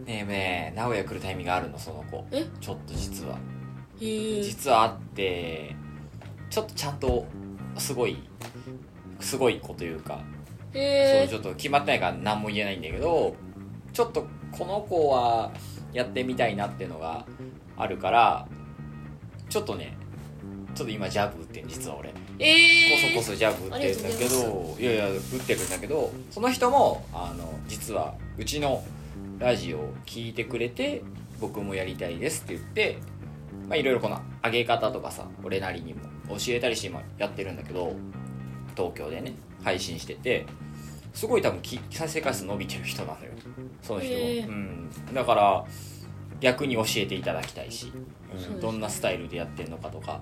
Speaker 1: ねえねえ名古屋来るタイミングがあるのその子
Speaker 2: え
Speaker 1: ちょっと実は
Speaker 2: へえ
Speaker 1: 実はあってちょっとちゃんとすごいすごい子というか、
Speaker 2: へ
Speaker 1: そうちょっと決まってないから何も言えないんだけどちょっとこの子はやってみたいなっていうのがあるからちょっとねちょっと今ジャブ打ってん実は俺こ
Speaker 2: ええ
Speaker 1: そこそジャブ打ってるんだけ
Speaker 2: ありがとう
Speaker 1: どいやいや打ってるんだけどその人もあの実はうちのラジオを聞いてくれて僕もやりたいですって言ってまあいろいろこの上げ方とかさ俺なりにも教えたりして今やってるんだけど東京でね配信しててすごい多分き再生回数伸びてる人なのよその人も、
Speaker 2: へえ
Speaker 1: うん、だから逆に教えていただきたいし、うん
Speaker 2: そうですね
Speaker 1: どんなスタイルでやってんのかとか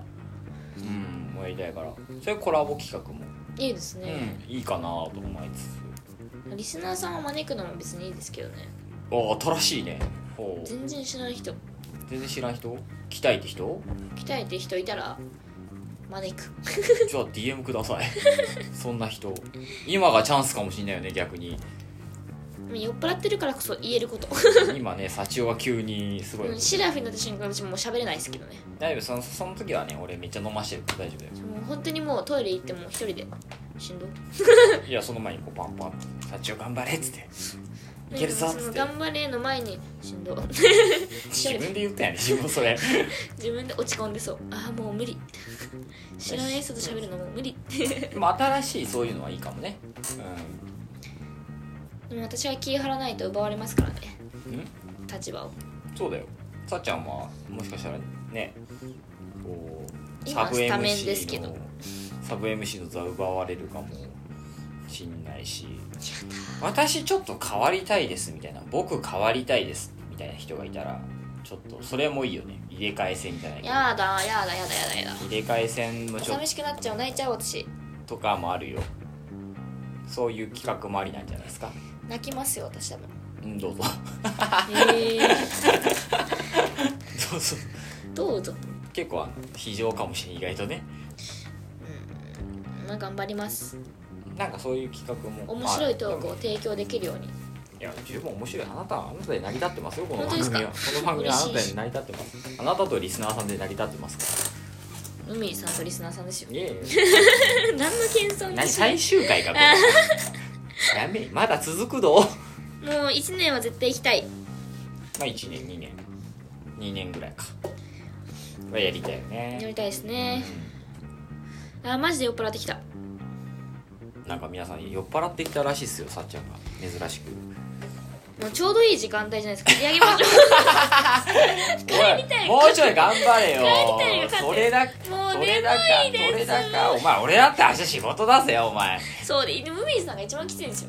Speaker 1: うんもうやりたいからそういうコラボ企画も、
Speaker 2: いいですね、
Speaker 1: うん、いいかなと思いつつ
Speaker 2: リスナーさんを招くのも別にいいですけどね
Speaker 1: ああ新しいねほう
Speaker 2: 全然知らない人
Speaker 1: 全然知らん人来たいって人
Speaker 2: 鍛えて人いたら招く *laughs*
Speaker 1: じゃあ DM くださいそんな人今がチャンスかもしんないよね逆に
Speaker 2: 酔っ払ってるからこそ言えること
Speaker 1: 今ね幸男が急にすごい
Speaker 2: *laughs* うんシラフになった瞬間私もう喋れないですけどね
Speaker 1: 大丈夫そのその時はね俺めっちゃ飲ましてるから大丈夫だよ
Speaker 2: もう本当にもうトイレ行ってもう一人でしんど
Speaker 1: いやその前にこうパンパンって「社長頑張れ」っつ
Speaker 2: *laughs*
Speaker 1: って「い
Speaker 2: い
Speaker 1: けるぞ」っ
Speaker 2: そ
Speaker 1: つ
Speaker 2: の
Speaker 1: って
Speaker 2: 頑張れの前にしんど *laughs*
Speaker 1: 自分で言ったんやね自分それ
Speaker 2: 自分で落ち込んでそうああもう無理 *laughs* 知らない人と喋るのもう無理
Speaker 1: でも新しいそういうのはいいかもね
Speaker 2: でも私は気張らないと奪われますからね
Speaker 1: うんん
Speaker 2: 立場を
Speaker 1: そうだよさっちゃんはもしかしたらねこう
Speaker 2: 今スタメンですけど
Speaker 1: のサブ MC の座奪われるかもしんないし私ちょっと変わりたいですみたいな僕変わりたいですみたいな人がいたらちょっとそれもいいよね入れ替え戦じゃないけど
Speaker 2: やだやだやだやだやだ
Speaker 1: 入れ替え戦もちょっ
Speaker 2: 寂しくなっちゃう泣いちゃう私
Speaker 1: とかもあるよそういう企画もありなんじゃないですか
Speaker 2: 泣きますよ私多
Speaker 1: *laughs*
Speaker 2: 分
Speaker 1: うんどう
Speaker 2: *laughs*
Speaker 1: ぞ
Speaker 2: へえ
Speaker 1: どうぞ
Speaker 2: どうぞ
Speaker 1: 結構あの非常かもしれない意外とね
Speaker 2: まあ頑張ります
Speaker 1: なんかそういう企画も
Speaker 2: 面白いトーク
Speaker 1: まあ
Speaker 2: を提供できるように
Speaker 1: いや十分面白いあなたはあなたで成り立ってますよこの
Speaker 2: 本当
Speaker 1: 番
Speaker 2: ですか
Speaker 1: 組はこの番組はあ
Speaker 2: 嬉しい
Speaker 1: なたで成り立ってますあなたとリスナーさんで成り立ってますか
Speaker 2: 海さんとリスナーさんですよ
Speaker 1: らいえいえ
Speaker 2: *laughs* 何の謙遜
Speaker 1: 何
Speaker 2: にしな
Speaker 1: 最
Speaker 2: い
Speaker 1: 終回かこれやめまだ続くど
Speaker 2: もう1年は絶対行きたい
Speaker 1: まあ1年2年2年ぐらいかはやりたいよ
Speaker 2: やり
Speaker 1: ね
Speaker 2: たいですねあーマジで酔っ払ってきた
Speaker 1: なんか皆さん酔っ払ってきたらしいっすよさっちゃんが珍しく
Speaker 2: もうちょうどいい時間帯じゃないですか切り上げましょ帰りたい
Speaker 1: おいもうちょい頑張れよ
Speaker 2: 帰りたいが勝手
Speaker 1: それだ
Speaker 2: う *laughs* もう
Speaker 1: それ
Speaker 2: 眠
Speaker 1: だか
Speaker 2: いです
Speaker 1: それだかお前俺だって明日仕事だぜお前
Speaker 2: そうででも海さんが一番きついんですよ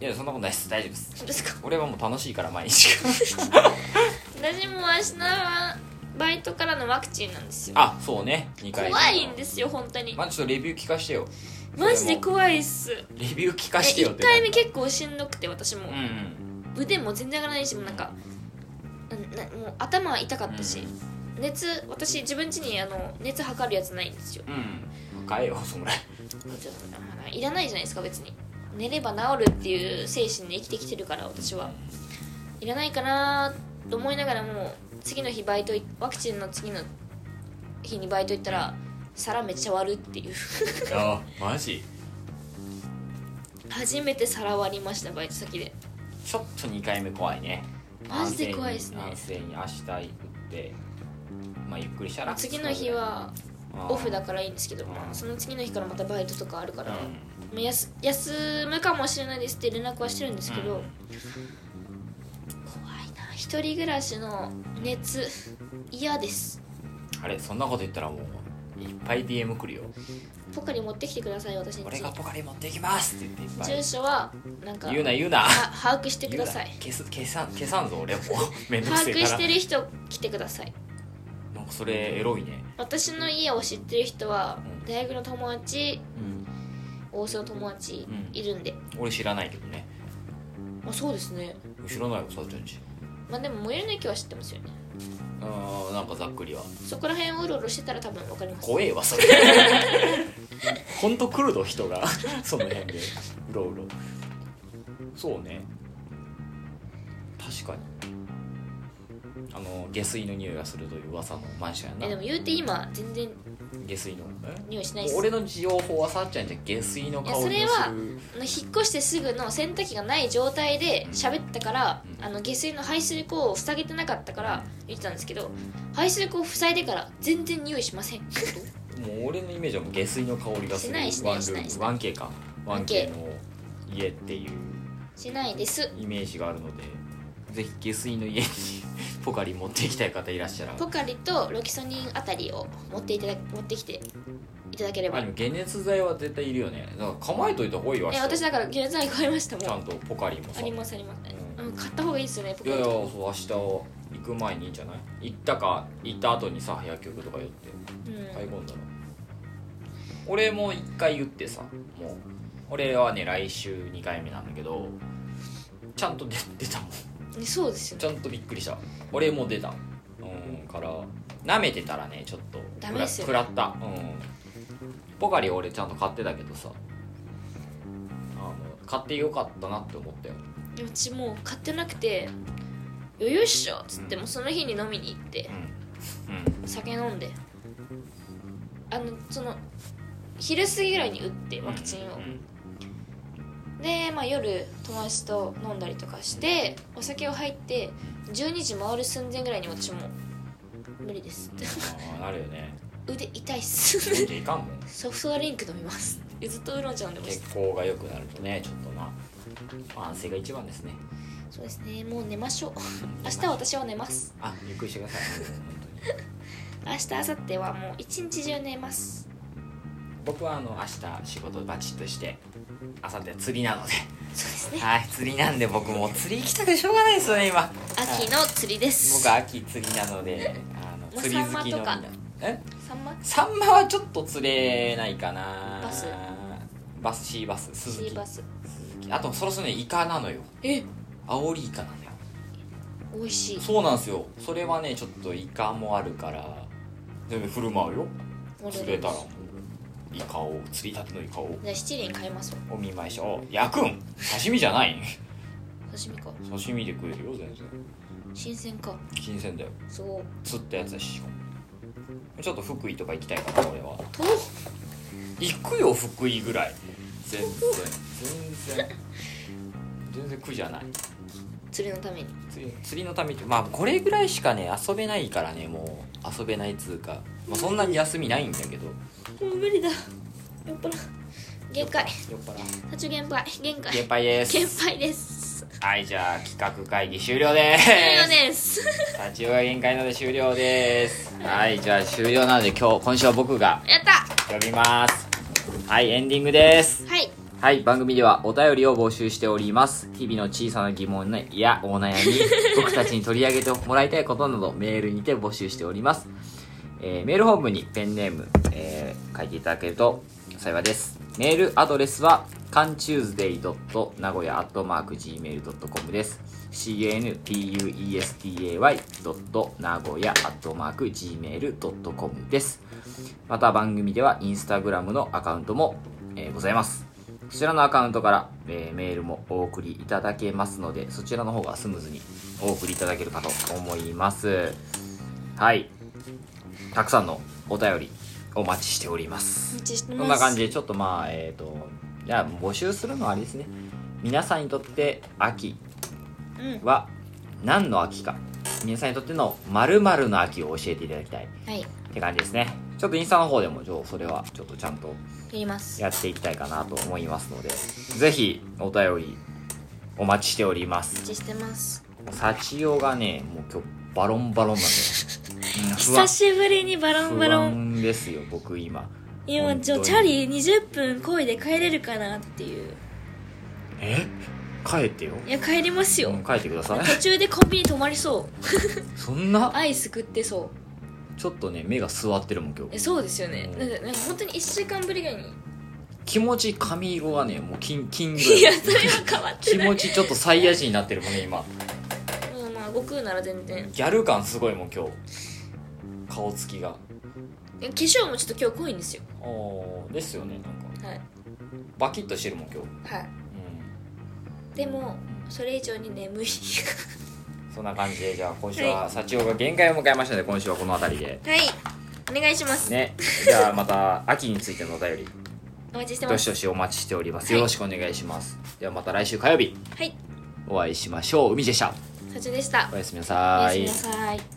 Speaker 1: いやそんなことないです大丈夫です
Speaker 2: そうですか
Speaker 1: 俺はもう楽しいから毎日が
Speaker 2: 私も明日はバイトからのワクチンなんですよ
Speaker 1: あそうね2回
Speaker 2: 怖いんですよ本当に
Speaker 1: まあちょっとレビュー聞かしてよ
Speaker 2: マジで怖いっすえ
Speaker 1: レビュー聞かしてよっ
Speaker 2: 1
Speaker 1: て
Speaker 2: 回目結構しんどくて私も
Speaker 1: うんうん
Speaker 2: 腕も全然上がらないしもうなんかななもう頭は痛かったし熱私自分家にあの熱測るやつないんですよ
Speaker 1: うん買えよそんぐらい
Speaker 2: ちょっとあいらないじゃないですか別に寝れば治るっていう精神で生きてきてるから私はいらないかなと思いながらもう次の日バイトいワクチンの次の日にバイト行ったら皿めっちゃ割るっていう *laughs*
Speaker 1: あマジ
Speaker 2: 初めて皿割りましたバイト先で
Speaker 1: ちょっと2回目怖いね
Speaker 2: マジで怖いっすね
Speaker 1: 安静に安静に明日行ってまあゆっくりしたら
Speaker 2: 次の日は
Speaker 1: あー
Speaker 2: オフだからいいんですけど
Speaker 1: うん
Speaker 2: その次の日からまたバイトとかあるから、
Speaker 1: うん
Speaker 2: まあ休休むかもしれないですって連絡はしてるんですけど、
Speaker 1: うん
Speaker 2: 怖いな一人暮らしの熱嫌です
Speaker 1: あれそんなこと言ったらもういっぱい DM 来るよ
Speaker 2: ポカリ持ってきてください私に
Speaker 1: 俺がポカリ持ってきますって言っていっぱ
Speaker 2: 住
Speaker 1: い
Speaker 2: 所はなんか
Speaker 1: 言うな言うな
Speaker 2: は把握してく
Speaker 1: 言う
Speaker 2: だ
Speaker 1: な
Speaker 2: さい
Speaker 1: 消す消さん消さんぞ俺もめんどく
Speaker 2: 把
Speaker 1: せえ
Speaker 2: 握
Speaker 1: から
Speaker 2: してる人来てください
Speaker 1: なんかそれエロいね
Speaker 2: 私の家を知ってる人は
Speaker 1: うん
Speaker 2: 大学の友達
Speaker 1: うん
Speaker 2: 大須の友達
Speaker 1: うん
Speaker 2: いるんで、
Speaker 1: 俺知らないけどね
Speaker 2: まあ、そうですね
Speaker 1: 知らないよさっちゃんち
Speaker 2: まあでも最寄りの駅は知ってますよね
Speaker 1: うーんなんかざっくりは
Speaker 2: そこら辺をうろうろしてたら多分わかります
Speaker 1: 怖えわそれ *laughs* ほんと来るぞ人が *laughs* その辺でうろうろそうね確かにあの下水の匂いがするという噂のマンション
Speaker 2: え
Speaker 1: や
Speaker 2: で
Speaker 1: な
Speaker 2: も言うて今全然
Speaker 1: 下水のえ
Speaker 2: 匂いしないです
Speaker 1: 俺の情報はさっちゃんじゃ下水の香り
Speaker 2: いや
Speaker 1: の
Speaker 2: それは
Speaker 1: する
Speaker 2: あの引っ越してすぐの洗濯機がない状態で喋ったから、
Speaker 1: うん
Speaker 2: あの下水の排水口を塞げてなかったから言ってたんですけど排水口を塞いでから全然匂いしません
Speaker 1: もう俺のイメージはもう下水の香りがす
Speaker 2: し
Speaker 1: る
Speaker 2: ないしない
Speaker 1: ワンル
Speaker 2: しない
Speaker 1: ー
Speaker 2: し
Speaker 1: ムワン K かワン
Speaker 2: 1K
Speaker 1: K の家っていう
Speaker 2: しないです
Speaker 1: イメージがあるのでぜひ下水の家にポカリ持っていきたい方いらっしゃら
Speaker 2: ポカリとロキソニンあたりを持っていただ持ってきていただければ
Speaker 1: あでも解熱剤は絶対いるよねだから構えといた方がいいわ
Speaker 2: え
Speaker 1: 明日
Speaker 2: 私
Speaker 1: ち
Speaker 2: だから原材料買いましたも
Speaker 1: ゃ
Speaker 2: ん
Speaker 1: んとポカリも
Speaker 2: あ
Speaker 1: さ
Speaker 2: りますあります、
Speaker 1: うん
Speaker 2: うん、買った方がいいですよねポ
Speaker 1: い
Speaker 2: カ
Speaker 1: やい
Speaker 2: リ
Speaker 1: やそう明日行く前にいいんじゃない行ったか行った後にさ薬局とか寄って買い込んだら、俺も一回言ってさもう俺はね来週2回目なんだけどちゃんと出出たもん
Speaker 2: うん、ねそうですよ
Speaker 1: ち
Speaker 2: ね
Speaker 1: ゃんとびっくりした俺も出たうんから舐めてたらねちょっと
Speaker 2: ダメですよ
Speaker 1: くら食らったうんポカリ俺ちゃんと買ってたけどさあの買ってよかったなって思ったよ
Speaker 2: うちもう買ってなくて「よよいっしょ」っつってもうその日に飲みに行って
Speaker 1: うん
Speaker 2: 酒飲んであのその昼過ぎぐらいに打って
Speaker 1: うん
Speaker 2: ワクチンを、
Speaker 1: うん
Speaker 2: で、まあ、夜友達と飲んだりとかしてお酒を入って12時回る寸前ぐらいに私も無理ですって
Speaker 1: あーなるよね
Speaker 2: 腕痛
Speaker 1: 飲
Speaker 2: いっ
Speaker 1: *laughs* ん
Speaker 2: す
Speaker 1: じゃいかんもん
Speaker 2: ソフトドリンク飲みますずっとウーロン茶飲んでま
Speaker 1: 血
Speaker 2: す
Speaker 1: 行が良くなるとねちょっとな安静が一番ですね
Speaker 2: そうですねもう寝ましょう明日は私は寝ます
Speaker 1: あゆっくりしてくださいもう本当に
Speaker 2: 明日明後日はもう一日中寝ます
Speaker 1: 僕はあの明日仕事バチッとして明後日は釣りなので
Speaker 2: そうですね
Speaker 1: はい釣りなんで僕もう釣り行きたくてしょうがないですよね今
Speaker 2: 秋の釣りです
Speaker 1: 僕は秋釣りなのであの
Speaker 2: まあ
Speaker 1: 釣り好きのみん
Speaker 2: サ
Speaker 1: な
Speaker 2: ンマと
Speaker 1: え
Speaker 2: サンマ
Speaker 1: サンマはちょっと釣れないかな
Speaker 2: バス
Speaker 1: バスシーバススズ
Speaker 2: シ
Speaker 1: キ
Speaker 2: ーバス
Speaker 1: あとそろそろねイカなのよ
Speaker 2: え
Speaker 1: アオリイカなのよ
Speaker 2: 美味しい
Speaker 1: そうなんですよそれはねちょっとイカもあるから全部振る舞うよ釣れたらイカを釣りたてのイカを
Speaker 2: じゃあ七輪買いますわ
Speaker 1: お見舞いしょ焼くん刺身じゃない *laughs*
Speaker 2: 刺身か
Speaker 1: 刺身で食えるよ全然
Speaker 2: 新鮮か
Speaker 1: 新鮮だよ
Speaker 2: そう
Speaker 1: 釣ったやつだししかもちょっと福井とか行きたいかな俺は
Speaker 2: と
Speaker 1: 行くよ福井ぐらい全然全然全然苦じゃない
Speaker 2: 釣りのために
Speaker 1: 釣り釣りのためってまあこれぐらいしかね遊べないからねもう遊べないっつうか、まあ、そんなに休みないんだけど
Speaker 2: もう無理だ酔っ払う限界
Speaker 1: 酔っ払
Speaker 2: 多中限界限界
Speaker 1: 限杯です
Speaker 2: 限界です
Speaker 1: はいじゃあ企画会議終了です
Speaker 2: 終了です *laughs*
Speaker 1: 立ち上がり限界なので終了ですはいじゃあ終了なので今日今週は僕が
Speaker 2: やった
Speaker 1: 呼びますはいエンディングです
Speaker 2: はい
Speaker 1: はい、番組ではお便りを募集しております。日々の小さな疑問やお悩み、僕たちに取り上げてもらいたいことなどメールにて募集しております。えーメールホームにペンネーム、えー書いていただけると幸いです。メールアドレスは、cantuesday.nagoya.gmail.com です。cantuesday.nagoya.gmail.com です。また番組ではインスタグラムのアカウントも、えーございますそちらのアカウントから、えーメールもお送りいただけますのでそちらの方がスムーズにお送りいただけるかと思いますはいたくさんのお便りお待ちしております
Speaker 2: 認知してます
Speaker 1: そんな感じでちょっとまあえっ、とじゃあ募集するのはあれですね皆さんにとって秋
Speaker 2: うん
Speaker 1: は何の秋か皆さんにとっての〇〇の秋を教えていただきたい
Speaker 2: はい
Speaker 1: って感じですねちょっとインスタの方でもちょそれはちょっとちゃんと
Speaker 2: やります
Speaker 1: やっていきたいかなと思いますのでぜひお便りお待ちしております
Speaker 2: 認知してます
Speaker 1: 幸代がねもう今日バロンバロンなんでうん不
Speaker 2: 久
Speaker 1: 安
Speaker 2: しぶりにバロンバロ
Speaker 1: 不
Speaker 2: ン
Speaker 1: 安ですよ僕今
Speaker 2: 今ちょ
Speaker 1: 本当に
Speaker 2: チャリ20分漕いで帰れるかなっていう
Speaker 1: え帰ってよ
Speaker 2: いや帰りますよ、
Speaker 1: うん帰ってください
Speaker 2: 途中でコンビニ泊まりそう
Speaker 1: そんな
Speaker 2: アイス食ってそう
Speaker 1: ちょっとね目が座ってるもん今
Speaker 2: え
Speaker 1: 日
Speaker 2: そうですよね
Speaker 1: うん
Speaker 2: なんかなんか本当に1週間ぶりぐらいに
Speaker 1: 気持ち髪色がねもう金金ぐらい
Speaker 2: いやそれは変わって
Speaker 1: 気
Speaker 2: ない
Speaker 1: 持ちちょっとサイヤ人になってるもんね今
Speaker 2: うんまあ悟空なら全然
Speaker 1: ギャル感すごいもん今日顔つきが
Speaker 2: え化粧もちょっと今日濃いんですよ
Speaker 1: おですよねなんか
Speaker 2: はい
Speaker 1: バキッとしてるもん今日、
Speaker 2: は
Speaker 1: う
Speaker 2: い
Speaker 1: ん
Speaker 2: でもそれ以上に眠い
Speaker 1: そんな感じでじゃあ今週は幸男が限界を迎えましたので今週はこの辺りで
Speaker 2: はいお願いします、
Speaker 1: ねじゃあまた秋についてのお *laughs* 便り
Speaker 2: お待ちして
Speaker 1: ど
Speaker 2: ま
Speaker 1: し
Speaker 2: す
Speaker 1: どしお待ちしております
Speaker 2: はい
Speaker 1: よろしくお願いします、ではまた来週火曜日
Speaker 2: はい
Speaker 1: お会いしましょう海地でした
Speaker 2: 社長でした
Speaker 1: おやすみな
Speaker 2: お
Speaker 1: さ
Speaker 2: やすみなさい